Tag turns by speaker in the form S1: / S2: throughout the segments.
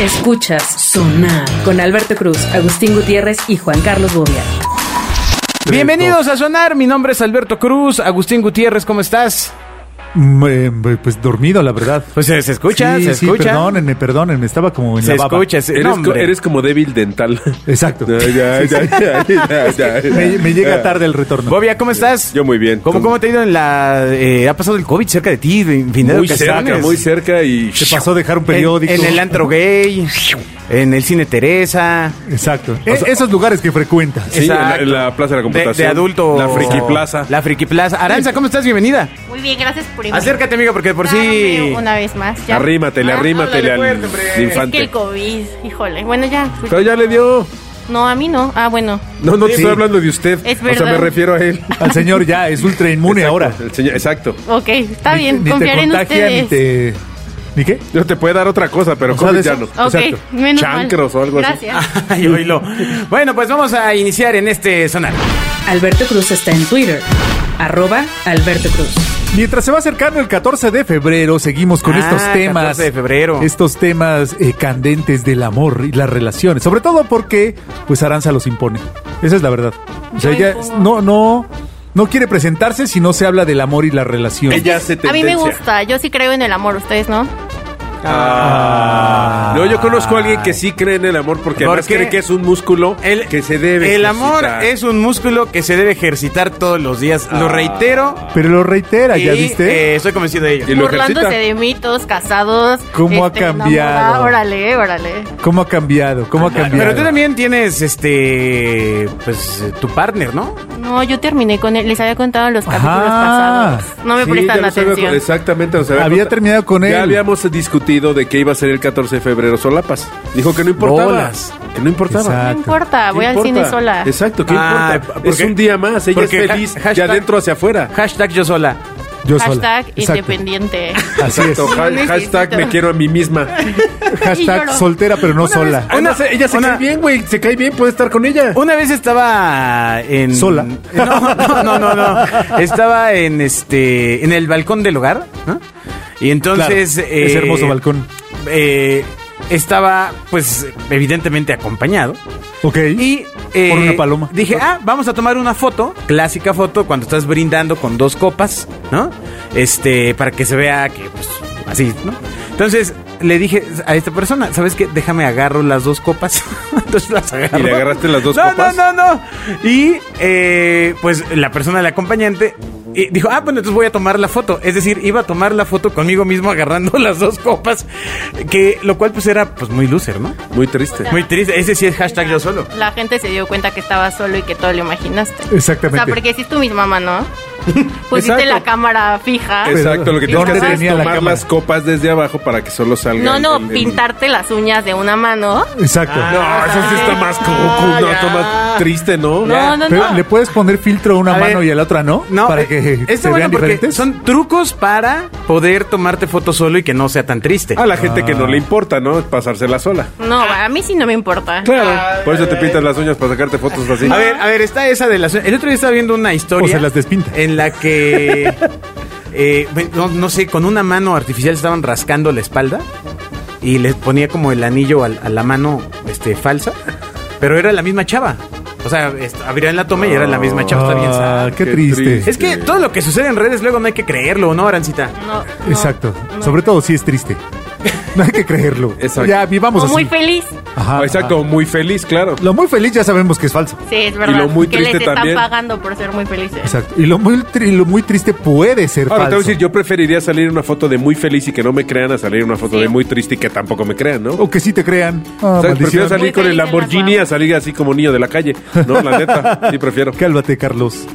S1: Escuchas Sonar con Alberto Cruz, Agustín Gutiérrez y Juan Carlos Bobia.
S2: Bienvenidos a Sonar, mi nombre es Alberto Cruz, Agustín Gutiérrez, ¿cómo estás?
S3: Mm, eh, Pues dormido, la verdad.
S2: Pues se se escucha,
S3: Sí,
S2: se
S3: sí,
S2: escucha.
S3: perdónenme, perdónenme, estaba como en
S2: Se
S3: la baba.
S2: escucha, se- no,
S4: Eres, co-
S2: hombre.
S4: eres como débil dental.
S3: Exacto.
S4: Ya, ya, ya, ya, ya, ya.
S3: Me, me llega tarde el retorno.
S2: Bobia, ¿cómo estás?
S4: Yo muy bien.
S2: ¿Cómo,
S4: ¿Cómo-
S2: cómo te ha ido en la... eh, ha pasado el COVID cerca de ti, de infinidad de
S4: Muy cerca,
S2: ocasiones?
S4: muy cerca y...
S3: Te pasó dejar un periódico.
S2: En, en el antro gay, en el cine Teresa.
S3: Exacto. Eh, esos lugares que frecuentas.
S4: Sí, en la,
S2: Exacto.
S4: en la Plaza de la
S2: De,
S4: Computación.
S2: de adulto.
S4: La Friki Plaza.
S2: La Friki Plaza. Aranza, ¿cómo estás? Bienvenida.
S5: Muy bien, gracias por
S2: Acércate, amiga, porque de por sí...
S5: invitarme Una vez más. ya.
S4: Arrímatele,
S5: Ah,
S2: háblale
S4: arrímatele al
S2: fuerte, hombre.
S4: al
S5: Es que
S4: infante.
S5: el COVID, híjole. Bueno, ya. pues,
S4: Pero ya le dio...
S5: No, a mí no. Ah, bueno.
S4: No, no te
S3: Sí.
S4: estoy hablando de usted.
S5: Es
S4: O sea,
S5: verdad.
S4: me refiero a él.
S3: Al señor ya es ultra inmune
S4: Exacto,
S3: ahora.
S4: el señor- exacto.
S5: Ok, está
S3: Ni-
S5: bien.
S3: ni
S5: Confiar
S3: te
S5: en
S3: contagia,
S5: ustedes.
S3: ni te. ¿Ni qué?
S4: Yo te puede dar otra cosa, pero
S3: O sea,
S4: COVID
S3: de
S4: ya
S3: eso-
S4: no.
S5: Ok,
S3: Exacto.
S5: menos
S4: Chancros
S5: mal.
S4: o algo así.
S5: Gracias.
S2: Ay, oílo. Bueno, pues vamos a iniciar en este sonar.
S1: Alberto Cruz está en Twitter, arroba Alberto Cruz.
S3: Mientras se va acercando el 14 de febrero, seguimos con
S2: Ah,
S3: estos temas.
S2: 14 de febrero.
S3: Estos temas eh, candentes del amor y las relaciones. Sobre todo porque, pues Aranza los impone. Esa es la verdad. O sea,
S5: Yo
S3: ella
S5: impongo.
S3: no, no, no quiere presentarse si no se habla del amor y la relación.
S4: Ella hace
S5: Oh, A mí
S4: tendencia.
S5: me gusta. Yo sí creo en el amor. Ustedes, ¿no?
S4: Ah. No, yo conozco a alguien que sí cree en el amor porque
S2: ¿Por
S4: además
S2: qué?
S4: cree que es un músculo
S2: El-
S4: que se debe
S2: El amor
S4: ejercitar.
S2: es un músculo que se debe ejercitar todos los días. Lo
S4: Ah.
S2: reitero.
S3: Pero lo reitera, ¿ya
S2: y,
S3: viste?
S2: eh, estoy convencido de ello.
S4: Y lo
S5: Burlándose
S4: ejercita.
S5: de mitos, casados.
S3: ¿Cómo ha cambiado?
S5: enamorada. Órale, órale.
S3: ¿Cómo ha cambiado? ¿Cómo ha cambiado?
S2: Pero tú también tienes, este, pues, eh, tu partner, ¿no?
S5: No, yo terminé con él. Les había contado los capítulos
S3: Ajá.
S5: pasados. No me
S4: Sí, ya
S5: prestan
S4: nos había-
S5: atención.
S4: exactamente. nos
S3: Había
S4: conta-
S3: terminado con él.
S4: Ya habíamos discutido de que iba a ser el 14 de febrero Solapas. Dijo que no importaba.
S2: Bolas.
S4: Que no importaba.
S3: Exacto.
S5: No importa.
S4: ¿Qué
S5: Ah, Voy al
S4: importa?
S5: cine sola.
S4: Exacto, ¿qué
S2: Ah,
S4: importa?
S2: porque-
S4: es un día más, ella es
S2: porque ha-
S4: feliz de
S2: hashtag-
S4: adentro hacia afuera.
S2: Hashtag yo sola.
S3: Yo sola.
S5: Hashtag
S3: Exacto.
S5: independiente.
S3: Así es.
S4: Exacto, ha-
S5: necesito.
S4: hashtag me quiero a mí misma.
S3: Hashtag
S5: lloro.
S3: soltera, pero no sola.
S2: Una-
S4: Una, se, ella se
S2: una-
S4: cae bien, güey, se cae bien, puede estar con ella.
S2: Una vez estaba en...
S3: Sola.
S2: No, no, no, no, no. Estaba en, este, en el balcón del hogar, ¿no? Y entonces...
S3: Claro, ese hermoso balcón.
S2: eh, estaba, pues, evidentemente acompañado.
S3: Ok.
S2: Y eh,
S3: Por una paloma.
S2: Dije, ah, vamos a tomar una foto, clásica foto, cuando estás brindando con dos copas, ¿no? Este, para que se vea que, pues, así, ¿no? Entonces le dije a esta persona, ¿sabes qué? Déjame agarro las dos copas. Entonces las agarro.
S4: ¿Y le agarraste las dos
S2: No,
S4: copas?
S2: No, no, no. Y eh, pues la persona, la acompañante, y dijo, ah, bueno, entonces voy a tomar la foto. Es decir, iba a tomar la foto conmigo mismo agarrando las dos copas, que lo cual pues era pues muy loser, ¿no?
S4: Muy triste.
S2: Muy triste. Ese sí es hashtag yo solo.
S5: La gente se dio cuenta que estaba solo y que todo lo imaginaste.
S3: Exactamente.
S5: O sea, porque si es tu misma mamá, ¿no? Pusiste
S4: Exacto.
S5: la cámara fija.
S4: Exacto, lo que tienes
S3: ¿Dónde
S4: que hacer es
S3: tenía la
S4: tomar
S3: cámara?
S4: las copas desde abajo para que solo salga.
S5: No,
S4: el-
S5: no,
S4: el- el-
S5: pintarte las uñas de una mano.
S3: Exacto.
S5: Ah,
S4: No, eso sí está más coco, no,
S2: ya.
S4: está más triste, ¿no?
S5: No, no,
S3: Pero
S5: no.
S3: le puedes poner filtro a una
S2: A
S3: mano
S2: ver,
S3: y a la otra no,
S2: No,
S3: para
S2: eh,
S3: que
S2: está
S3: se
S2: bueno
S3: vean
S2: porque
S3: diferentes.
S2: son trucos para poder tomarte fotos solo y que no sea tan triste.
S4: A la gente que no le importa, ¿no? Pasársela sola.
S5: No, a mí sí no me importa.
S4: Claro. Por eso te pintas las uñas para sacarte fotos así.
S2: A ver, a ver, está esa de las. El otro día estaba viendo una historia.
S3: O se las despinta.
S2: En la que. eh, no, no sé, con una mano artificial estaban rascando la espalda. Y les ponía como el anillo al- a, la mano este, falsa. Pero era la misma chava. O sea, est- abrían la toma y era la misma chava. Está bien,
S3: Ah,
S2: sad.
S3: qué
S4: Qué
S3: triste.
S4: triste.
S2: Es que todo lo que sucede en redes luego no hay que creerlo, ¿no, Arancita?
S5: No, no,
S3: Exacto.
S5: no.
S3: Sobre todo si es triste. No hay que creerlo.
S4: Exacto.
S3: Ya vivamos
S5: O
S3: así.
S5: muy feliz.
S3: Ajá,
S4: Exacto, muy feliz, claro.
S3: ajá. Lo muy feliz ya sabemos que es falso.
S5: Sí, es verdad.
S4: lo muy
S5: que
S4: triste
S5: les están
S4: también.
S5: pagando por ser muy felices.
S3: Exacto. Y lo muy, tri- lo muy triste puede ser
S4: Ahora te voy a
S3: falso.
S4: decir, yo preferiría salir una foto de muy feliz y que no me crean a salir una foto
S5: Sí.
S4: de muy triste y que tampoco me crean, ¿no?
S3: O que sí te crean. Ah,
S4: O sea, prefiero
S3: Oh, maldición.
S4: salir
S5: Muy
S4: con el
S5: feliz en las
S4: Lamborghini a
S5: guaguas.
S4: salir así como niño de la calle. No, la neta, sí prefiero.
S3: Cálmate, Carlos.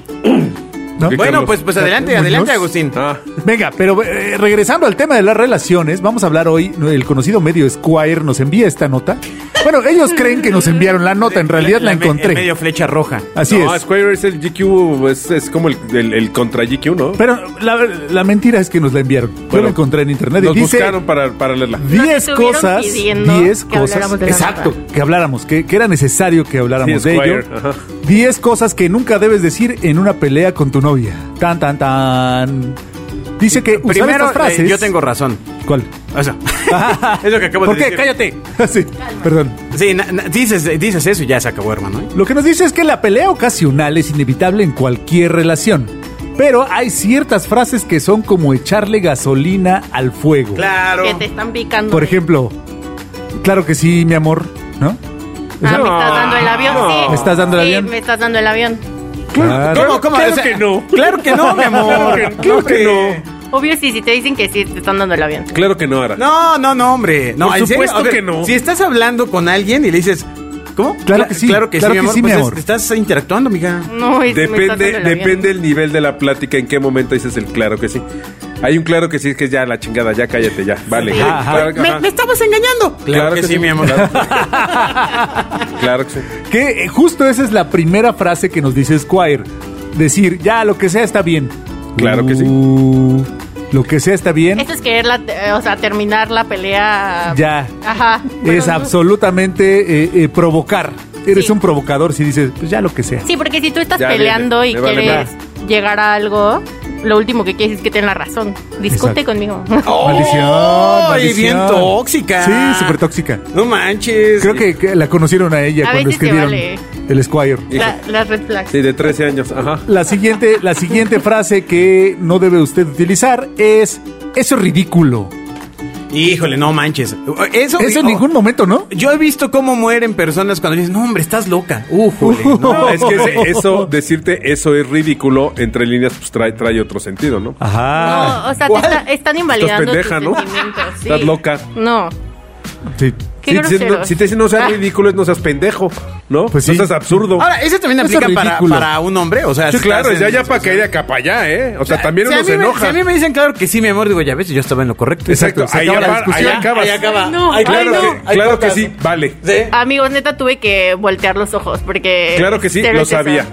S3: ¿No?
S4: ¿Qué?
S2: Bueno,
S4: Carlos.
S2: pues, pues adelante,
S3: Muñoz.
S2: adelante, Agustín.
S4: Ah,
S3: Venga, pero eh, regresando al tema de las relaciones, vamos a hablar hoy, el conocido medio Squire nos envía esta nota. Bueno, ellos creen que nos enviaron la nota, en realidad la
S2: me- el
S3: encontré.
S2: medio flecha roja.
S3: Así
S4: no,
S3: es.
S4: Square es el GQ, es, es como el, el- el contra GQ, ¿no?
S3: Pero la, la mentira es que nos la enviaron. Yo
S4: Bueno,
S3: la encontré en internet y
S4: Nos
S3: dice
S4: buscaron para, para leerla.
S3: 10
S5: estuvieron
S3: cosas,
S5: pidiendo
S3: 10
S5: que
S3: cosas,
S5: habláramos de la
S3: exacto, que habláramos, que, que era necesario que habláramos
S4: Sí,
S3: de ello.
S4: Squire, ajá.
S3: 10 cosas que nunca debes decir en una pelea con tu novia. Tan, tan, tan. Dice que usar
S2: Primero,
S3: estas frases.
S2: eh, yo tengo razón.
S3: ¿Cuál?
S2: Eso. es lo que acabo
S3: ¿Por
S2: de
S3: qué?
S2: decir.
S3: ¡Cállate! sí, perdón.
S2: Sí, na- na- dices, dices eso y ya se acabó, hermano. ¿eh?
S3: Lo que nos dice es que la pelea ocasional es inevitable en cualquier relación. Pero hay ciertas frases que son como echarle gasolina al fuego.
S2: Claro.
S5: Que te están picando.
S3: Por ejemplo, claro que sí, mi amor, ¿no?
S5: Ah, me estás dando el avión, sí.
S3: ¿Me estás dando el
S5: Sí,
S3: avión?
S5: me estás dando el avión.
S3: Claro.
S2: ¿Cómo, cómo?
S4: Claro que no.
S2: Claro que no, mi amor.
S4: Claro que- claro que
S2: Hombre.
S5: Obvio sí, si te dicen que sí, te están dando el avión.
S4: Claro que no, Ara.
S2: No, no, no, hombre. No,
S4: Por
S2: ¿en serio?
S4: supuesto
S2: A ver,
S4: que no.
S2: Si estás hablando con alguien y le dices, ¿cómo?
S3: Claro que sí,
S2: Claro que
S3: claro
S2: sí,
S3: que
S2: mi amor.
S3: sí, mi
S2: Pues es-
S3: amor.
S2: estás interactuando, amiga.
S5: No, es, me estás
S4: Depende,
S5: dando el avión.
S4: depende el nivel de la plática, en qué momento dices el claro que sí. Hay un claro que sí, que es ya la chingada, ya cállate, ya, vale.
S3: Ajá, ajá.
S4: Claro, que-
S2: Me,
S4: ajá.
S2: me estamos engañando. Claro, que, sí, mi amor.
S4: Claro, Claro que sí.
S3: Que eh, justo esa es la primera frase que nos dice Squire. Decir, ya, lo que sea está bien.
S4: Claro que sí.
S3: Uh, Lo que sea está bien.
S5: Esto es querer, la- eh, o sea, terminar la pelea.
S3: Ya.
S5: Ajá.
S3: Es
S5: Pero-
S3: absolutamente eh, eh, provocar. Eres
S5: Sí.
S3: un provocador si dices, pues ya lo que sea.
S5: Sí, porque si tú estás
S4: Ya
S5: peleando
S4: viene, me
S5: y
S4: vale
S5: quieres llegar a algo, lo último que quieres es que tengan la razón. Discute
S3: Exacto.
S5: conmigo.
S3: Oh, Maldición,
S2: ¡Ay,
S3: maldición.
S2: bien tóxica!
S3: Sí, súper tóxica.
S2: No manches.
S3: Creo que, que la conocieron a ella
S5: A
S3: cuando
S5: veces se
S3: escribieron
S5: vale.
S3: el Squire.
S5: La- las red flags.
S4: Sí, de 13 años, ajá.
S3: La siguiente, la siguiente frase que no debe usted utilizar es, eso es ridículo.
S2: Híjole, no manches. Eso,
S3: Eso en
S2: oh,
S3: ningún momento, ¿no?
S2: Yo he visto cómo mueren personas cuando dicen, no, hombre, estás loca. Uh. Ujule, no.
S4: No, es que ese- eso, decirte eso es ridículo, entre líneas, pues trae, trae otro sentido, ¿no?
S3: Ajá.
S5: No, o sea, te
S4: ¿Cuál?
S5: está- están invalidando
S4: Estás pendeja,
S5: tus
S4: ¿no?
S5: sentimientos. sí.
S4: Estás loca.
S5: No.
S3: Sí.
S5: Qué
S4: si, si-
S5: grosero.
S4: si te dicen no seas
S5: Ah.
S4: ridículo, es no seas pendejo, ¿no?
S3: Pues sí.
S4: No seas absurdo.
S2: Ahora, ese también
S3: Eso es
S2: aplica para,
S3: ridículo.
S2: para un hombre. O sea,
S4: Sí,
S2: estás
S4: claro,
S2: en-
S4: ya, ya para caer de acá para allá, ¿eh? O sea, también
S2: Si a
S4: uno
S2: mí
S4: se
S2: me-
S4: enoja.
S2: Si a mí me dicen, claro que sí, mi amor, digo, ya ves, yo estaba en lo correcto.
S4: Exacto,
S2: Se
S4: ahí
S2: acaba la
S4: acaba-
S2: discusión.
S4: ahí acabas.
S2: acaba.
S5: Ay, no.
S2: Ay,
S4: Claro,
S5: Ay, no.
S4: que,
S2: Ahí
S4: claro que
S2: cortas.
S4: sí, vale.
S2: Sí.
S5: Amigos, neta, tuve que voltear los ojos porque...
S4: Claro que sí,
S5: cero
S4: lo
S5: es esa.
S4: sabía.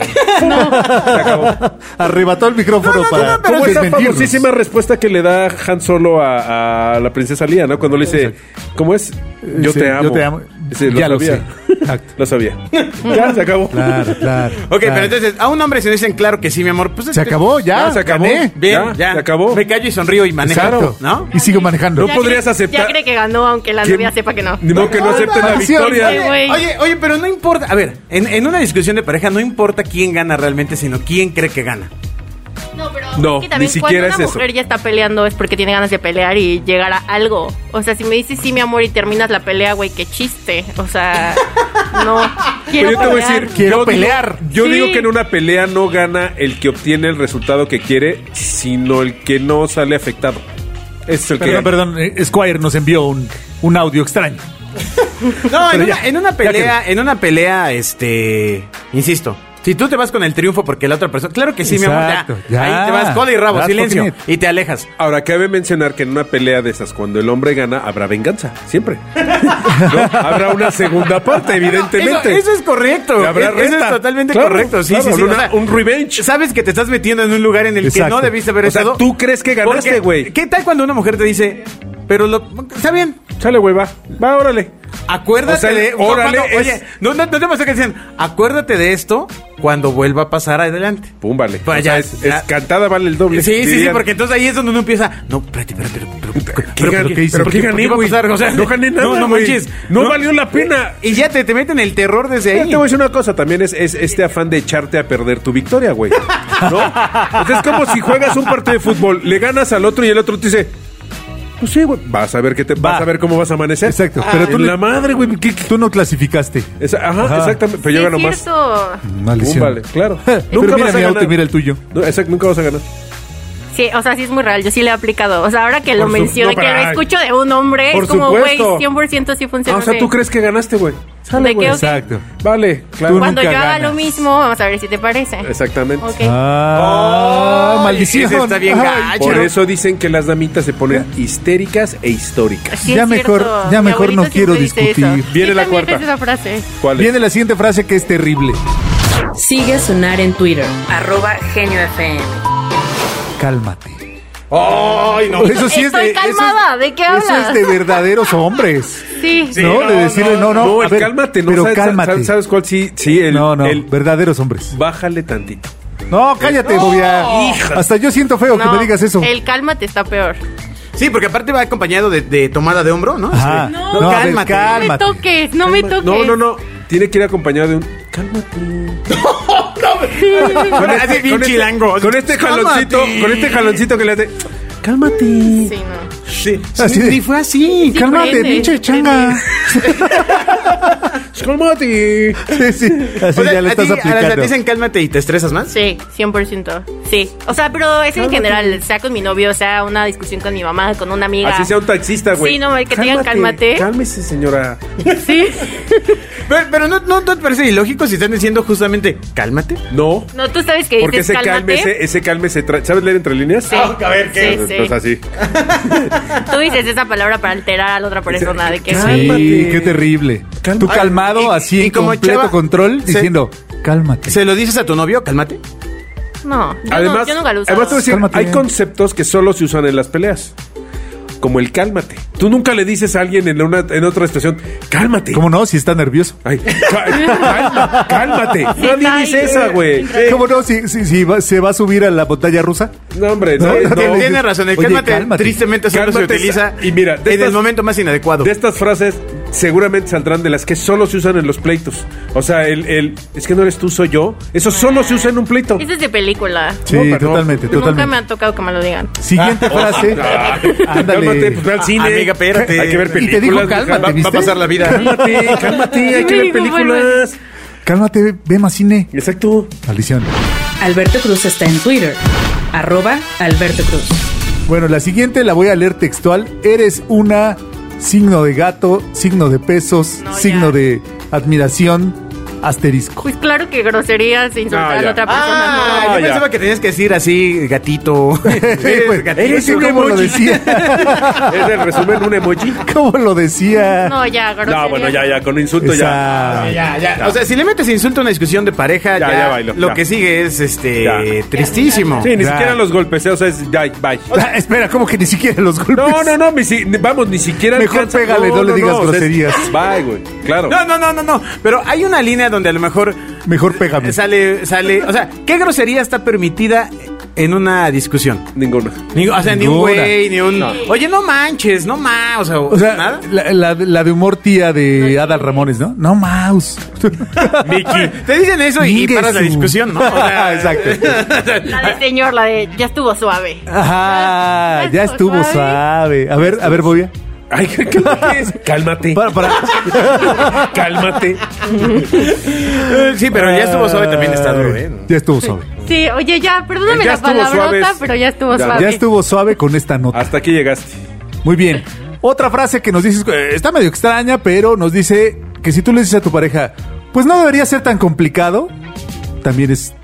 S4: Se acabó.
S3: Arrebató el micrófono para
S4: Como esa
S3: desmentirnos.
S4: Pues famosísima respuesta que le da Han Solo a, a la princesa Lía, ¿no? Cuando le dice, ¿cómo es? Yo
S3: Sí,
S4: te amo.
S3: yo te amo.
S4: Dice, lo
S3: Ya lo
S4: sabía.
S3: sé. Exacto.
S4: Lo sabía. ya, se acabó.
S3: Claro, claro.
S2: Ok,
S3: claro.
S2: pero entonces, a un hombre si le dicen, claro que sí, mi amor, pues...
S3: Se acabó, ya.
S4: Ya, se acabó.
S3: gané.
S2: Bien, Ah. ya,
S4: Ya, se acabó.
S2: Me callo y sonrío y manejo,
S3: Exacto.
S2: ¿no?
S3: Y sigo manejando.
S4: No podrías
S5: cree-
S4: aceptar-
S5: Ya cree que ganó, aunque la
S4: ¿Quién-
S5: novia sepa que no.
S4: Ni modo que no acepten la
S3: Maldición.
S5: Sí,
S4: victoria.
S5: güey.
S2: Oye, oye, pero no importa. A ver, en, en una discusión de pareja no importa quién gana realmente, sino quién cree que gana.
S5: No, pero
S4: No,
S5: es que también
S4: ni
S5: cuando
S4: siquiera
S5: una
S4: es eso.
S5: mujer ya está peleando es porque tiene ganas de pelear y llegar a algo. O sea, si me dices sí, mi amor, y terminas la pelea, güey, qué chiste. O sea, no. Quiero
S4: Pero Pues yo te voy a
S5: pelear.
S4: decir,
S3: Quiero
S4: yo digo-
S3: pelear.
S4: yo
S5: Sí.
S4: digo que en una pelea no gana el que obtiene el resultado que quiere, sino el que no sale afectado. Ese es el que
S3: Perdón,
S4: gana.
S3: perdón. eh, Squire nos envió un, un audio extraño.
S2: No, en
S3: Pero
S2: una,
S3: ya,
S2: en una
S3: ya
S2: pelea, en una pelea, este, insisto. Si tú te vas con el triunfo porque la otra persona, claro que sí, mi
S3: Exacto,
S2: amor, ya.
S3: ya.
S2: Ahí te vas cola y rabo,
S3: That's
S2: silencio,
S3: fucking it.
S2: y te alejas.
S4: Ahora, cabe mencionar que en una pelea de esas, cuando el hombre gana, habrá venganza, siempre. ¿No? Habrá una segunda parte, evidentemente.
S2: Eso, eso es correcto. e-,
S4: Y habrá
S2: Eso es
S4: reta.
S2: totalmente
S4: Claro,
S2: correcto. Sí,
S4: claro,
S2: sí, sí.
S4: una-
S2: O sea,
S4: un revenge.
S2: Sabes que te estás metiendo en un lugar en el que
S3: Exacto.
S2: no debiste haber
S4: O sea,
S2: estado.
S4: tú crees que ganaste,
S2: Porque,
S4: güey.
S2: ¿Qué tal cuando una mujer te dice, pero lo, está bien?
S4: Chale, güey, va. Va, órale.
S2: Acuérdate
S4: O sea,
S2: de. o
S4: órale,
S2: cuando-
S4: es-
S2: Oye, no, no, no te pasa que decían, acuérdate de esto cuando vuelva a pasar adelante.
S4: Pum, vale.
S2: Pues
S4: O sea,
S2: ya,
S4: es,
S2: ya.
S4: es cantada vale el
S2: Sí,
S4: doble.
S2: sí, sí,
S4: Dirían,
S2: porque entonces ahí es donde uno empieza. No, espérate, espérate, pero, pero, pero,
S4: ¿Qué
S2: pero,
S4: gané? ¿Pero
S2: pero,
S4: qué
S2: ¿por
S4: gané,
S2: iba a
S4: güey?
S2: pasar? O sea,
S4: No gané nada,
S2: No, no
S4: güey.
S2: manches.
S4: No valió la pena.
S2: Y ya te, te meten el terror desde
S4: Mira,
S2: ahí.
S4: "Eh, Te voy a decir una cosa, también es, es este afán de echarte a perder tu victoria, güey. ¿No? Entonces es como si juegas un partido de fútbol, le ganas al otro y el otro te dice, pues sí, güey, vas a ver qué te
S3: Va.
S4: vas a ver cómo vas a amanecer.
S3: Exacto.
S2: Ah,
S3: Pero tú
S4: En
S3: le-
S4: la madre, güey. ¿qué- qué-
S3: Tú no clasificaste.
S4: Esa- ajá,
S3: Ajá.
S4: exactamente. Pero
S5: Sí,
S4: yo gano
S5: es
S4: más.
S5: cierto.
S3: Maldición.
S4: Pum, vale, claro.
S3: Pero
S4: Nunca
S3: mira
S4: vas a
S3: mi auto
S4: ganar.
S3: y mira el tuyo.
S4: No, exacto, nunca vas a ganar.
S5: Sí, o sea, sí es muy real. Yo sí le he aplicado. O sea, ahora que lo
S4: Por su-
S5: menciono,
S4: no,
S5: que lo
S4: pero-
S5: escucho de un hombre,
S4: Por
S5: es como, güey,
S4: supuesto.
S5: 100% sí
S4: Ah,
S5: funciona.
S4: o sea,
S5: sí.
S4: tú crees que ganaste, güey.
S5: ¿De qué? Ok.
S3: Exacto.
S4: Vale, claro.
S3: Tú
S5: Cuando yo
S3: nunca
S5: haga
S3: ganas.
S5: lo mismo, vamos a ver si te parece.
S4: Exactamente.
S5: Ok.
S3: Ah,
S2: Ay,
S3: maldición.
S2: ese está bien
S3: Ay,
S2: gacho.
S4: Por eso dicen que las damitas se ponen histéricas e históricas.
S5: Sí,
S3: Ya
S5: es
S3: mejor-
S5: cierto.
S3: ya
S5: Mi
S3: mejor no
S5: abuelito
S3: quiero
S5: siempre dice
S3: discutir.
S5: eso.
S4: Viene
S5: Sí,
S4: la
S5: también
S4: cuarta.
S5: es esa frase.
S4: ¿Cuál es?
S3: Viene la siguiente frase que es terrible.
S1: Sigue a Sonar en Twitter, arroba Genio FM.
S3: Cálmate.
S2: Ay, no.
S3: Eso sí
S5: Estoy
S3: es de. eso es-
S5: calmada, ¿de qué
S3: Eso
S5: hablas?
S3: es de verdaderos hombres.
S5: Sí.
S2: Sí,
S3: ¿No?
S2: no,
S3: de decirle, no, no.
S4: No,
S3: a
S4: el
S3: ver,
S4: cálmate, ¿no?
S3: Pero
S4: ¿Sabes,
S3: cálmate.
S4: sabes- ¿Sabes cuál? Sí, sí, el,
S3: no, no.
S4: el-
S3: verdaderos hombres.
S4: bájale tantito.
S3: No, cállate, Bobia. Hasta yo siento feo que
S5: No,
S3: me digas eso.
S5: El calma te está peor.
S2: Sí, porque aparte va acompañado de, de tomada de hombro, ¿no?
S3: Ajá.
S2: Este,
S5: No,
S3: a ver,
S2: cálmate.
S5: No me toques, no me toques.
S4: No, no, no. Tiene que ir acompañado de un. Cálmate.
S2: Con así bien
S4: con
S2: chilango.
S4: Con este jaloncito,
S2: Cálmate.
S4: con este jaloncito que le hace. Cálmate.
S5: Sí, no.
S2: Sí,
S3: Así
S2: sí,
S3: de-
S2: ni fue así.
S5: Sí,
S3: Cálmate,
S5: prende,
S3: pinche
S5: prende.
S3: changa.
S4: Cálmate.
S3: Sí, sí. Así
S2: O sea,
S3: ya le
S2: a ti-
S3: estás
S2: a las- a ti
S3: aplicando.
S2: dicen cálmate y te estresas más.
S5: Sí, 100%. Sí. O sea, pero es en general, sea con mi novio, sea una discusión con mi mamá, con una amiga.
S4: Así sea un taxista, güey.
S5: Sí, no, que te digan cálmate.
S4: Cálmese, señora.
S5: Sí.
S2: Pero, pero no, no te parece ilógico si están diciendo justamente cálmate.
S4: No.
S5: No, tú sabes que
S4: Porque
S5: dices
S4: ese
S5: cálmate.
S4: cálmese, ese cálmese. tra- ¿Sabes leer entre líneas?
S5: Sí.
S4: Ah,
S2: a ver, ¿qué?
S5: Sí, sí.
S4: Pues así.
S5: Tú dices esa palabra para alterar a la otra persona de que
S3: Sí,
S4: Cálmate.
S3: qué terrible.
S4: Cálmate.
S3: Tú calmado,
S2: Ay, y-
S3: así
S2: y
S3: en
S2: como
S3: completo
S2: chava,
S3: control,
S2: se-
S3: diciendo, cálmate.
S2: ¿Se lo dices a tu novio? Cálmate.
S5: no, yo, no,
S4: Además,
S5: yo nunca lo uso.
S4: además te voy a decir,
S3: Cálmate.
S4: hay conceptos que solo se usan en las peleas. Como el cálmate. Tú nunca le dices a alguien en, una, en otra estación, cálmate.
S3: ¿Cómo no? Si está nervioso.
S4: Ay, cá- cálmate. Nadie
S5: ay,
S4: dice esa, güey.
S3: ¿Cómo no? Si, si, si va- se va a subir a la montaña rusa.
S4: No, hombre, no,
S3: No, no,
S4: no.
S3: no.
S2: Tienes razón, el
S3: Oye,
S2: cálmate,
S3: cálmate.
S2: tristemente solo
S4: Cálmate,
S2: se utiliza
S4: y mira, de
S2: en
S4: estas-
S2: el momento más inadecuado.
S4: De estas frases seguramente saldrán de las que solo se usan en los pleitos. O sea, el, el es que no eres tú, soy yo. Eso solo se usa en un pleito.
S5: Eso es de película.
S3: Sí,
S4: No, perdón.
S3: totalmente,
S5: Nunca me
S3: totalmente.
S5: ha tocado que me lo digan.
S3: Siguiente frase.
S4: Cálmate, pues ve
S3: Ándale. Ah,
S4: al cine.
S2: Amiga, espérate.
S4: Hay que ver
S2: Y
S3: te dijo
S4: películas. mija.
S3: cálmate,
S4: Va- va-
S2: Va
S3: ¿viste?
S2: a pasar la vida.
S4: Cálmate, cálmate, hay que ver
S5: Digo, bueno.
S4: películas.
S3: Cálmate, ve- ve más cine.
S4: Exacto.
S3: Maldición.
S1: Alberto Cruz está en Twitter. Arroba Alberto Cruz.
S3: Bueno, la siguiente la voy a leer textual. Eres una signo de gato, signo de pesos,
S5: No, ya.
S3: signo de admiración, asterisco.
S5: Pues claro que groserías e insultar
S4: Ah,
S5: a
S4: ya.
S5: la otra persona. no.
S2: Ah,
S4: No,
S2: yo
S4: ya.
S2: pensaba que tenías que decir así, gatito.
S3: Sí, pues, es que
S2: un
S3: ¿Cómo lo
S2: emoji.
S3: decía?
S4: Es el resumen, un emoji.
S3: ¿Cómo lo decía?
S5: No, ya, groserías.
S4: No, bueno, ya, ya, con insulto
S3: Esa-
S4: ya.
S2: Ya, ya. O sea, si le metes insulto a una discusión de pareja,
S4: Ya,
S2: ya,
S4: ya bailo,
S2: lo
S4: ya.
S2: que sigue es este
S4: Ya.
S2: tristísimo.
S4: Sí, ni
S3: Ya.
S4: siquiera los golpes, o sea, es ya, bye.
S3: Ah, espera, ¿cómo que ni siquiera los golpes?
S4: No, no, no, mi si- ni- vamos, ni siquiera
S3: pues. Mejor
S4: alcanza-
S3: pégale, no le digas
S4: o sea, es-
S3: groserías.
S4: Bye, güey, claro.
S2: No, no, no, no, no. Pero hay una línea donde a lo mejor
S3: Mejor pégame.
S2: sale, sale. O sea, ¿qué grosería está permitida en una discusión?
S4: Ninguna.
S2: Ni- o sea, ni un
S3: Ninguna.
S2: güey, ni un. Oye, no manches, no más. O sea,
S3: O sea,
S2: nada.
S3: la, la- la de humor tía de Adal Ramones, ¿no? No, mouse.
S2: Mickey. Te dicen eso y,
S3: Mingue
S2: paras la
S3: su- Ah,
S2: discusión, ¿no? O sea,
S3: Exacto.
S5: La de señor, la de ya estuvo suave.
S3: Ajá, ya estuvo suave. A ver, a ver, Bobia.
S4: Ay, ¿qué qué es? Cálmate.
S3: Para, para.
S4: Cálmate.
S2: Eh, Sí, pero ya estuvo suave también está duro, ¿eh?
S3: Ya estuvo suave.
S5: Sí, oye, ya, perdóname
S4: El ya
S5: la
S4: estuvo
S5: palabrota,
S4: suave es-
S5: pero ya estuvo
S4: Ya.
S5: suave.
S3: Ya estuvo suave con esta
S2: Ah.
S3: nota.
S4: Hasta aquí llegaste.
S3: Muy bien. Otra frase que nos dices, eh, está medio extraña, pero nos dice que si tú le dices a tu pareja, pues no debería ser tan complicado, también es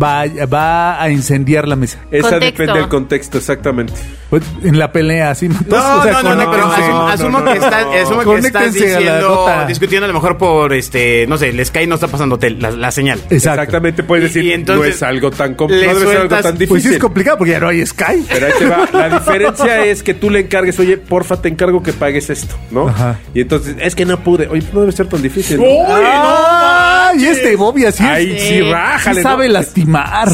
S3: va, va a incendiar la mesa.
S4: Esa
S5: Contexto.
S4: depende del contexto, exactamente.
S3: Pues, En la pelea, así. No,
S2: No,
S3: O sea,
S2: no, no, no, pero
S3: conéctense.
S2: asum-
S4: no,
S2: asumo
S4: no,
S2: que
S4: no,
S2: están, asumo
S4: no.
S2: que estás
S3: Conéctense a la
S2: diciendo,
S3: nota.
S2: discutiendo a lo mejor por, este, no sé, el Sky no está pasando tel- la, la señal.
S3: Exacto.
S4: Exactamente, puedes
S2: Y-
S4: decir,
S2: y entonces
S4: no es algo tan
S2: le
S4: complicado, no debe ser algo
S2: sueltas-
S4: tan
S3: Pues sí
S4: difícil.
S3: es complicado porque ya no hay Sky.
S4: pero ahí te va. La diferencia es que tú le encargues, oye, porfa, te encargo que pagues esto, ¿no?
S3: Ajá.
S4: Y entonces, es que no pude. Oye, no debe ser tan difícil. ¿no?
S3: ¡Ah! Y este Bobby así es-
S4: Ay, sí,
S5: Sí.
S4: rájale.
S3: sí
S4: ¿no?
S3: sabe lastimar.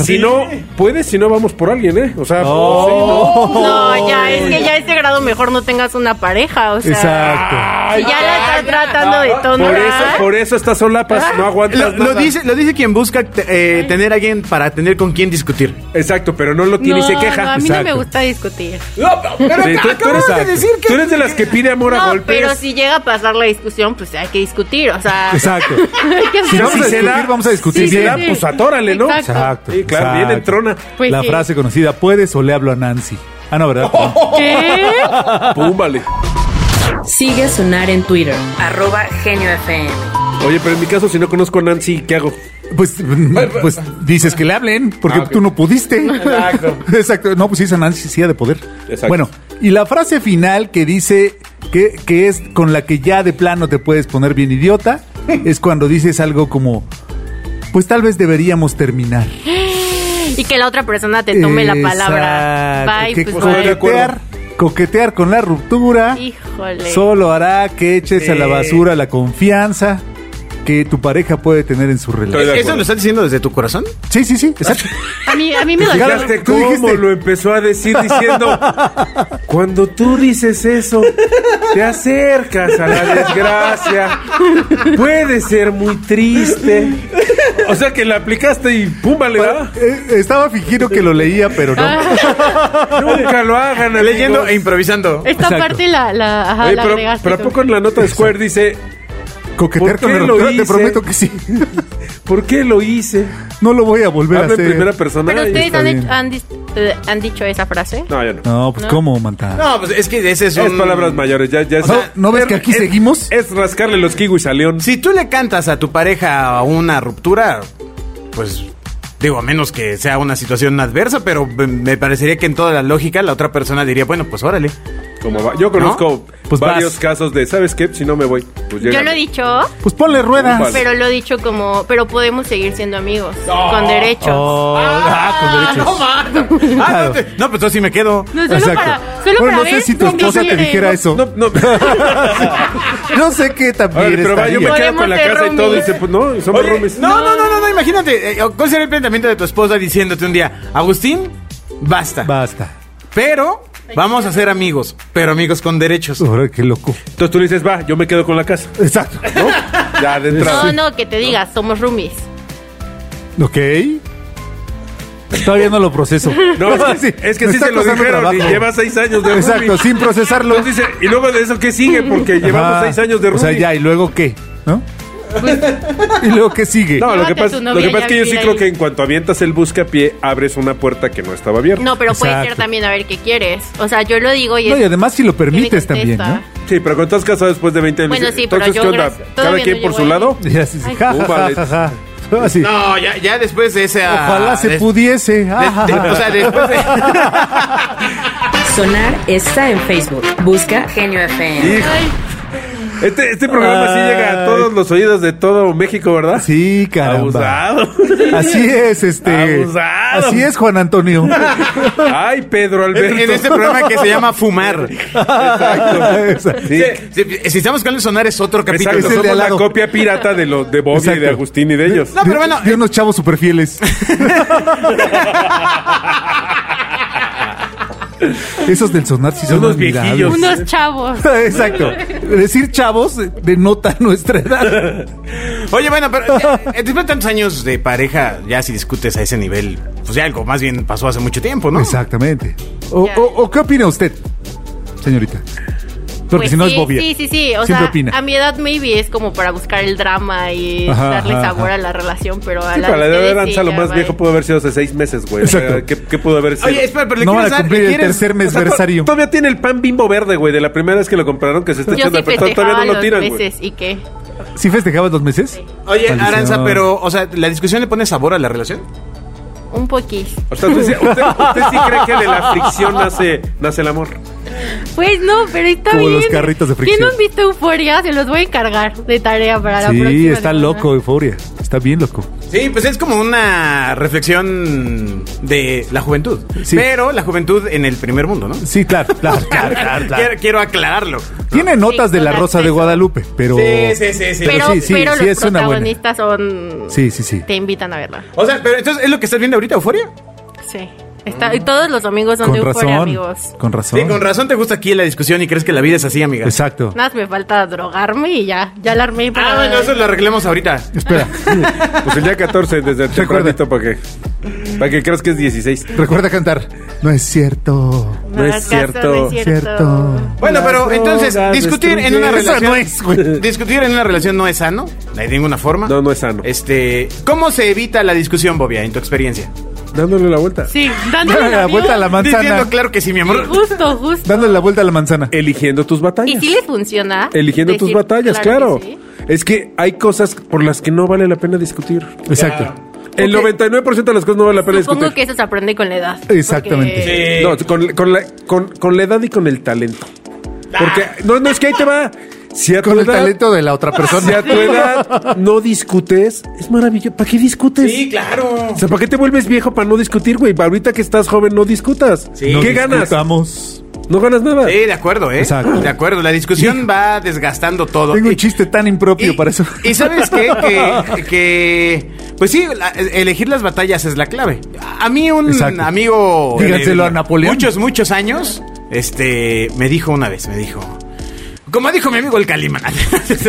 S4: Si no, puedes, si no, vamos por alguien, ¿eh? O sea,
S3: Oh.
S4: sí,
S5: No, ya, es que ya a ese grado mejor no tengas una pareja, o sea.
S3: Exacto.
S5: Si ya la estás tratando de
S4: no.
S5: tono.
S4: Por eso, por eso estas solapas no aguantas
S2: Lo, lo
S4: nada.
S2: dice, lo dice quien busca eh, tener a alguien para tener con quien discutir.
S4: Exacto, pero no lo
S5: no,
S4: tiene y se queja.
S5: no, a mí no me
S3: Exacto.
S5: gusta discutir.
S4: Sí,
S2: ac- acabas de
S4: exacto.
S2: decir que-
S4: Tú eres de las que pide amor a
S5: No,
S4: golpes.
S5: pero si llega a pasar la discusión, pues hay que discutir, o sea.
S3: Exacto.
S5: hay
S3: Si
S5: que hacer-
S3: vamos a
S4: si se
S3: discutir,
S4: da-
S3: vamos a discutir
S4: si
S5: Sí,
S4: se
S5: sí,
S4: da,
S3: bien.
S5: sí.
S4: pues atórale, ¿no?
S5: Exacto.
S3: Exacto.
S4: Sí, claro,
S3: exacto.
S4: bien entrona.
S5: Pues
S3: la
S5: sí.
S3: frase conocida, ¿puedes o le hablo a Nancy? Ah, no, ¿verdad?
S4: Oh.
S5: ¿Qué?
S4: Pum, vale.
S1: Sigue a Sonar en Twitter. Arroba Genio FM.
S4: Oye, pero en mi caso, si no conozco a Nancy, ¿qué hago?
S3: Pues, pues dices que le hablen, porque
S4: Ah, ok.
S3: tú no pudiste. Exacto. Exacto. No, pues sí, esa Nancy sí ha de poder.
S4: Exacto.
S3: Bueno, y la frase final que dice que, que es con la que ya de plano te puedes poner bien idiota, es cuando dices algo como, pues tal vez deberíamos terminar.
S5: Y que la otra persona te tome la palabra.
S3: Exacto,
S5: Bye,
S3: que
S5: pues
S4: de
S5: bye.
S3: coquetear, coquetear con la ruptura
S5: Híjole.
S3: solo hará que eches a la
S4: Sí.
S3: basura la confianza, que tu pareja puede tener en su
S4: Estoy
S3: relación.
S4: de
S2: ¿E-, ¿Eso
S4: acuerdo.
S2: lo estás diciendo desde tu corazón?
S3: Sí, sí, sí,
S4: ¿Ah,
S3: exacto.
S5: A mí, a mí me
S4: ¿Te
S5: dolió.
S3: Claro.
S4: fijaste
S3: Tú
S4: cómo
S3: dijiste.
S4: lo empezó a decir diciendo cuando tú dices eso te acercas a la desgracia puede ser muy triste o sea que la aplicaste y pum vale ¿verdad?
S3: Eh, estaba fingiendo que lo leía, pero no.
S5: Ah.
S4: nunca lo hagan amigos.
S2: Leyendo e improvisando.
S5: Esta
S3: Exacto.
S5: parte la, la, ajá,
S4: Oye,
S5: Ah, la
S4: pero,
S5: agregaste.
S4: pero a
S5: tú.
S4: poco en la nota de Square dice
S3: Coquetear
S4: ¿Por
S3: con
S4: qué
S3: el
S4: lo
S3: doctor, te
S4: hice?
S3: prometo que sí.
S4: ¿por qué lo hice?
S3: No lo voy a volver
S4: habla
S3: a
S4: en
S3: hacer.
S4: primera persona
S5: ¿Pero
S4: y-
S5: ustedes
S3: está
S5: han,
S3: bien.
S5: hecho- han dis- eh, han dicho esa frase?
S4: no ya no
S3: No, pues cómo, Manta. No, Mm.
S2: No, pues es que ese es
S4: es
S2: un...
S4: palabras mayores ya, ya es-
S2: sea,
S3: ¿no ves que aquí
S4: es-
S3: seguimos?
S4: es rascarle los kiwis a León
S2: Si tú le cantas a tu pareja a una ruptura, pues digo, a menos que sea una situación adversa, pero me- me parecería que en toda la lógica la otra persona diría, bueno, pues órale.
S4: Como va- Yo conozco
S3: Pues
S4: varios
S3: vas.
S4: casos de, ¿sabes qué? Si no me voy, pues
S5: Yo lo he
S4: llégale.
S5: dicho,
S3: Pues ponle ruedas.
S4: Vale.
S5: pero lo he dicho como, pero podemos seguir siendo amigos, con derechos.
S3: Oh, ah, con derechos.
S2: Ah, no, te- no, pues yo sí me quedo.
S5: No, solo
S3: Exacto.
S5: para, solo
S3: bueno,
S5: para
S3: no sé
S5: ver
S3: si tu
S5: dónde
S3: esposa te
S5: quiere.
S3: dijera eso.
S4: No, pues, no.
S3: Yo sé que también
S4: Órale, pero va, yo me
S3: estaría.
S4: quedo
S5: Podemos
S4: con la
S5: ser
S4: casa y todo. Y
S5: roomies.
S4: dice, pues no, somos
S2: Oye,
S4: roomies.
S2: no, no, no, no, no, imagínate, eh, ¿cuál sería el planteamiento de tu esposa diciéndote un día, Agustín, basta,
S3: Basta.
S2: pero vamos a ser amigos, pero amigos con derechos?
S3: Ahora qué loco.
S4: Entonces tú le dices, va, yo me quedo con la casa.
S3: Exacto.
S4: Ya, de entrada.
S5: No, no, que te digas, somos roomies.
S3: Ok. Todavía no lo proceso.
S4: No, es que,
S3: Sí,
S4: es que
S3: me
S4: sí
S3: está
S4: se lo
S3: costando
S4: dijeron y
S3: trabajo.
S4: lleva seis años de roomie.
S3: Exacto, sin procesarlo.
S4: Entonces dice, y luego de eso, ¿qué sigue? Porque
S3: Ajá.
S4: llevamos seis años de
S3: O
S4: roomie.
S3: sea, ya, ¿y luego qué? ¿No?
S5: Pues-
S3: ¿Y luego qué sigue?
S4: No, lo que,
S5: Llévate a
S4: pasa,
S5: tu novia
S4: lo que
S5: y
S4: pasa es que yo
S5: a
S4: sí
S5: vivir
S4: creo
S5: ahí.
S4: que en cuanto avientas el buscapié, abres una puerta que no estaba abierta.
S5: No, pero puede
S3: Exacto.
S5: ser también a ver qué quieres. O sea, yo lo digo y
S3: No,
S5: es-
S3: y además si lo
S5: que me
S3: permites también,
S5: contesta.
S3: ¿no?
S4: Sí, pero cuando estás casado después de 20 años.
S5: Bueno,
S4: dices,
S5: sí, pero
S4: Entonces,
S5: yo
S4: ¿qué onda?
S5: gracias-
S4: ¿Cada
S5: todavía
S4: quien
S5: no
S4: por su
S5: llego ahí.
S4: lado?
S3: Y así,
S5: Ay,
S3: ja, ja,
S4: vale.
S3: ja, ja, ja. Así.
S2: No, ya, ya después de esa...
S3: Ojalá se
S2: des-
S3: pudiese.
S2: de-
S3: Ah,
S2: de- o sea, después de...
S1: Sonar está en Facebook. Busca Genio FM.
S4: Hijo. Este, este programa sí llega a todos los oídos de todo México, ¿verdad?
S3: Sí, caramba.
S4: Abusado.
S3: Así es, este.
S4: Abusado.
S3: Así es, Juan Antonio.
S4: Ay, Pedro
S2: En,
S4: Alberto.
S2: en este programa que se llama Fumar.
S3: Exacto.
S4: Sí.
S2: Si, si- si estamos con el sonar es otro capítulo.
S4: Exacto,
S3: Es el de
S4: somos
S3: al
S4: la
S3: lado.
S4: copia pirata de los de Bobby
S3: Exacto.
S4: y de Agustín y de ellos.
S2: No, pero bueno,
S5: eh,
S3: De unos chavos super fieles. Esos del sonar sí son
S4: Unos
S3: admirables.
S4: viejillos.
S5: Unos chavos.
S3: Exacto. Decir chavos denota nuestra edad.
S2: Oye, bueno, pero ya, eh, después de tantos años de pareja, ya si discutes a ese nivel, pues ya algo más bien pasó hace mucho tiempo, ¿no?
S3: Exactamente. O,
S5: Ya.
S3: o- o qué opina usted, señorita? Porque
S5: Pues
S3: si no
S5: sí,
S3: es bobia.
S5: Sí, sí, sí. O
S3: Siempre
S5: sea,
S3: opina.
S5: a mi edad maybe es como para buscar el drama y
S3: Ajá,
S5: darle
S3: ajá,
S5: sabor
S3: ajá.
S5: a la relación, pero a
S4: Sí,
S5: la
S4: para la
S5: de
S4: edad de
S5: ustedes
S4: Aranza
S5: sí,
S4: lo
S5: ya
S4: más
S5: va.
S4: viejo pudo haber sido hace seis meses, güey. O sea,
S3: Exacto.
S4: ¿qué, qué pudo haber sido?
S2: Oye, espera, pero le
S3: No van
S2: quieres
S3: a
S2: dar...
S3: cumplir
S2: le
S3: el
S2: quieres-
S3: tercer
S4: O sea,
S3: mesversario.
S4: Todavía tiene el pan bimbo verde, güey, de la primera vez que lo compraron que se está
S5: Yo
S4: echando
S5: sí
S4: a perder.
S5: festejaba
S4: Todavía no lo
S5: los
S4: tiran, güey.
S5: meses y qué.
S3: ¿Sí festejabas los meses?
S2: Oye,
S3: Maldición.
S2: Aranza, pero, o sea, ¿la discusión le pone sabor a la relación?
S5: Un poquis.
S4: O sea, usted, sí- usted- usted sí cree que de la fricción nace, nace el amor.
S5: Pues no, pero está
S3: Como
S5: bien.
S3: los carritos de
S5: ¿Quién
S3: fricción.
S5: no han visto Euforia? Se los voy a encargar de tarea para la próxima.
S3: Sí, está
S5: semana.
S3: loco, euforia. Está bien loco.
S2: Sí, pues es como una reflexión de la juventud.
S3: Sí.
S2: Pero la juventud en el primer mundo, ¿no?
S3: Sí, claro, claro, claro, claro, claro.
S2: Quiero, quiero aclararlo.
S3: Tiene notas
S5: Sí,
S3: de la
S5: con
S3: Rosa de
S5: acceso.
S3: Guadalupe, pero.
S2: Sí, sí, sí, sí.
S5: Pero,
S3: sí, sí,
S5: pero
S3: sí es
S5: los
S3: una buena.
S5: protagonistas son.
S3: Sí, sí, sí.
S5: Te invitan a verla.
S2: O sea, pero entonces, ¿es lo que estás viendo ahorita, Euforia?
S5: Sí. Está, y todos los domingos son
S3: Con
S5: de Euforia,
S3: razón.
S5: amigos.
S3: Con razón.
S2: Sí, con razón te gusta aquí la discusión y crees que la vida es así, amiga.
S3: Exacto.
S5: Nada más me falta drogarme y ya. Ya la armé para.
S2: Ah, bueno, eso lo arreglemos ahorita.
S3: Espera,
S4: Pues el día 14, desde el
S3: Recuerda.
S4: tempranito, para que, para que creas que es 16.
S3: recuerda cantar. No es cierto.
S4: No es cierto.
S5: No
S3: Cierto.
S5: es cierto.
S2: Bueno,
S4: Las
S2: pero entonces,
S4: drogas
S2: discutir en una
S4: destruyen.
S2: relación.
S3: Eso no es, güey.
S2: Discutir en una relación no es sano, de ninguna forma.
S4: No, no es sano.
S2: Este, ¿cómo se evita la discusión, Bobia, en tu experiencia?
S4: Dándole la vuelta.
S5: Sí, dándole
S3: Dándole la vuelta a la manzana.
S2: Diciendo, claro que sí, mi amor.
S5: Justo, justo.
S3: Dándole la vuelta a la manzana.
S2: Eh,
S4: Eligiendo tus
S5: Y
S4: batallas.
S5: si les funciona.
S4: Eligiendo tus
S5: decir,
S4: batallas, claro.
S5: que sí.
S4: Es que hay cosas por las que no vale la pena discutir.
S3: Exacto.
S4: El 99% de las cosas no vale la pena
S5: Supongo que
S4: discutir.
S5: eso se aprende con la edad.
S3: Exactamente.
S5: porque-
S4: No, con, con la, con, con la edad y con el talento. Porque
S5: Ah.
S4: no, no es que ahí te va. Si a tu
S3: Con el
S4: edad-
S3: talento de la otra
S4: Si a
S3: persona.
S4: tu edad no discutes, es maravilloso. ¿Para qué discutes?
S2: Sí, claro.
S4: O sea, ¿para qué te vuelves viejo para no discutir, güey? Ahorita que estás joven, no discutas.
S2: Sí.
S4: ¿Qué ganas?
S3: Estamos.
S4: No ganas nada.
S2: Sí, de acuerdo, ¿eh?
S3: Exacto.
S2: De acuerdo, la discusión va desgastando todo.
S3: Tengo
S2: Y-
S3: un chiste tan impropio
S2: y-
S3: para eso.
S2: Y sabes qué? que, que pues sí, la- elegir las batallas es la clave. A mí un
S3: Exacto.
S2: amigo
S3: Díganselo
S2: de-
S3: a Napoleón.
S2: Muchos muchos años, este me dijo una vez, me dijo como dijo mi amigo el Calimán.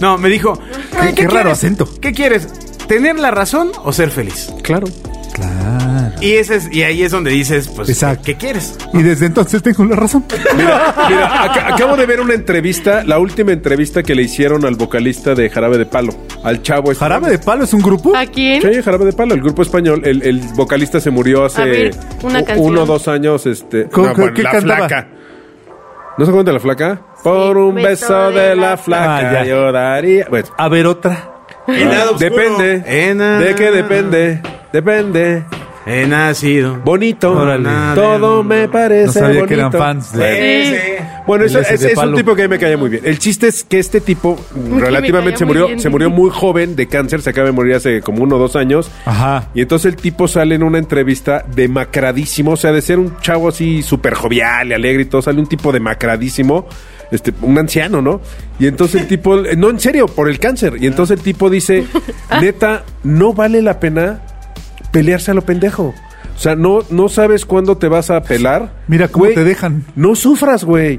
S2: no, me dijo,
S3: Qué- qué raro acento.
S2: ¿Qué quieres? ¿Tener la razón o ser feliz?
S4: Claro.
S3: Claro.
S2: Y ese es, y ahí es donde dices, pues
S3: Exacto.
S2: ¿qué quieres?
S3: Y desde entonces tengo la razón.
S4: Mira, ac- acabo de ver una entrevista, la última entrevista que le hicieron al vocalista de Jarabe de Palo, al chavo. este.
S3: ¿Jarabe de palo es un grupo?
S5: ¿A quién?
S4: Sí, Jarabe de Palo, el grupo español. El, el vocalista se murió hace
S5: A ver, una
S4: u-
S5: canción.
S4: uno o dos años. Este,
S3: ¿Con- con- qué
S4: la
S3: cantaba?
S4: flaca. ¿No se acuerdan de la flaca? Por un beso de la flaca
S3: Ah, ya.
S4: lloraría. Bueno,
S3: A ver otra.
S2: El lado oscuro.
S4: depende.
S2: En-
S4: ¿De qué depende? Depende.
S2: He nacido.
S4: Bonito.
S2: Órale.
S4: Todo me parece
S3: No sabía que eran
S4: bonito.
S3: fans de-
S4: Bueno, eso-
S3: El ese
S4: es,
S3: de
S4: es un
S3: palo.
S4: tipo que a mí me caía muy bien. El chiste es que este tipo
S5: me
S4: relativamente
S5: caía
S4: se
S5: muy
S4: murió,
S5: bien.
S4: se murió muy joven de cáncer, se acaba de morir hace como uno o dos años.
S3: Ajá.
S4: Y entonces el tipo sale en una entrevista demacradísimo, o sea, de ser un chavo así súper jovial y alegre y todo, sale un tipo demacradísimo, este, un anciano, ¿no? Y entonces el tipo, no, en serio, por el cáncer. Y entonces el tipo dice, neta, no vale la pena pelearse a lo pendejo. O sea, no, no sabes cuándo te vas a pelar.
S3: Mira cómo
S4: Güey,
S3: te dejan.
S4: No sufras, güey.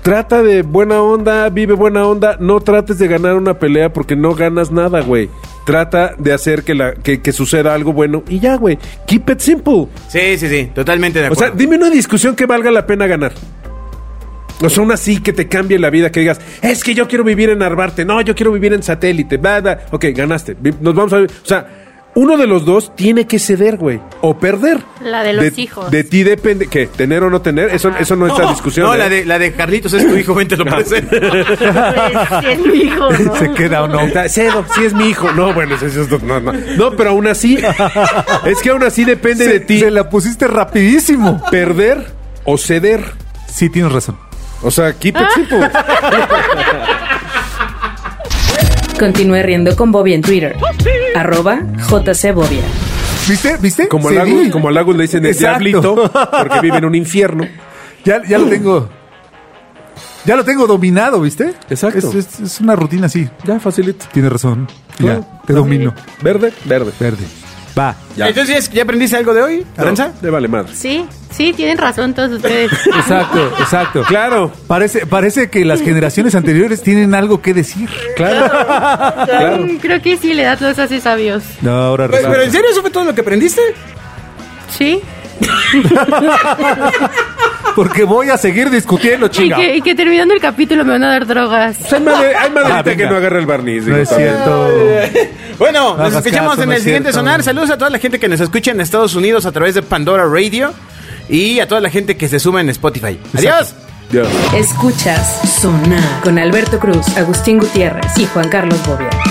S4: Trata de buena onda, vive buena onda. No trates de ganar una pelea porque no ganas nada, güey. Trata de hacer que, la, que, que suceda algo bueno y ya, güey. Keep it simple.
S2: Sí, sí, sí, totalmente de
S4: O
S2: acuerdo.
S4: sea, dime una discusión que valga la pena ganar. O sea, una así que te cambie la vida, que digas, es que yo quiero vivir en Arbarte, no, yo quiero vivir en satélite, bla, bla. Ok, ganaste. Vi- Nos vamos a. O sea, uno de los dos tiene que ceder, güey. O perder.
S5: La de los hijos.
S4: De ti depende. ¿Qué? ¿Tener o no tener? Eso, eso no es la discusión.
S2: No,
S4: ¿eh?
S2: la, de, la de Carlitos es tu hijo, ven, te lo presento.
S5: Pues, sí, es mi hijo, ¿no?
S3: Se queda o no.
S4: Está- cedo, sí es mi hijo. No, bueno, eso, eso- no, no. No, pero aún así, es que aún así depende
S3: Se,
S4: de ti
S3: se la pusiste rapidísimo.
S4: perder o ceder.
S3: Sí, tienes razón.
S4: O sea, pues, keep it simple.
S1: Continúe riendo con Bobby en Twitter. Arroba JC Bobia.
S3: ¿Viste? ¿Viste?
S4: Como al
S3: Cedí.
S4: Agus, como al Agus le dicen el
S3: Exacto.
S4: diablito, porque vive en un infierno.
S3: Ya, ya lo tengo. Ya lo tengo dominado, ¿viste?
S4: Exacto.
S3: Es, es- es una rutina así.
S4: Ya, facilito.
S3: Tienes razón. Ya,
S4: Claro.
S3: te domino.
S4: Verde, verde.
S3: Verde. Va.
S4: Ya.
S2: Entonces, ¿ya aprendiste algo de hoy, Aranza?
S4: No, le vale madre.
S5: Sí, sí, tienen razón todos ustedes.
S3: Exacto, exacto.
S4: Claro,
S3: Parece, parece que las generaciones anteriores tienen algo que decir.
S4: claro. claro.
S5: Mm, Creo que sí, la edad los hace sabios.
S3: No, ahora
S2: Pues,
S3: resulta.
S2: ¿Pero en serio eso fue todo lo que aprendiste?
S5: Sí.
S3: Porque voy a seguir discutiendo,
S5: Y
S3: chinga.
S5: que, y que terminando el capítulo me van a dar drogas.
S4: Hay madre, hay maderita
S3: Ah, venga.
S4: que no agarra el barniz.
S3: No
S4: digo,
S3: es
S4: también.
S3: cierto.
S2: Bueno,
S3: No
S2: nos
S3: hagas
S2: escuchamos
S3: caso,
S2: en
S3: no
S2: el
S3: es
S2: siguiente
S3: cierto.
S2: sonar. Saludos a toda la gente que nos escucha en Estados Unidos a través de Pandora Radio y a toda la gente que se suma en Spotify. Adiós.
S4: Dios.
S1: Escuchas Sonar con Alberto Cruz, Agustín Gutiérrez y Juan Carlos Bobia.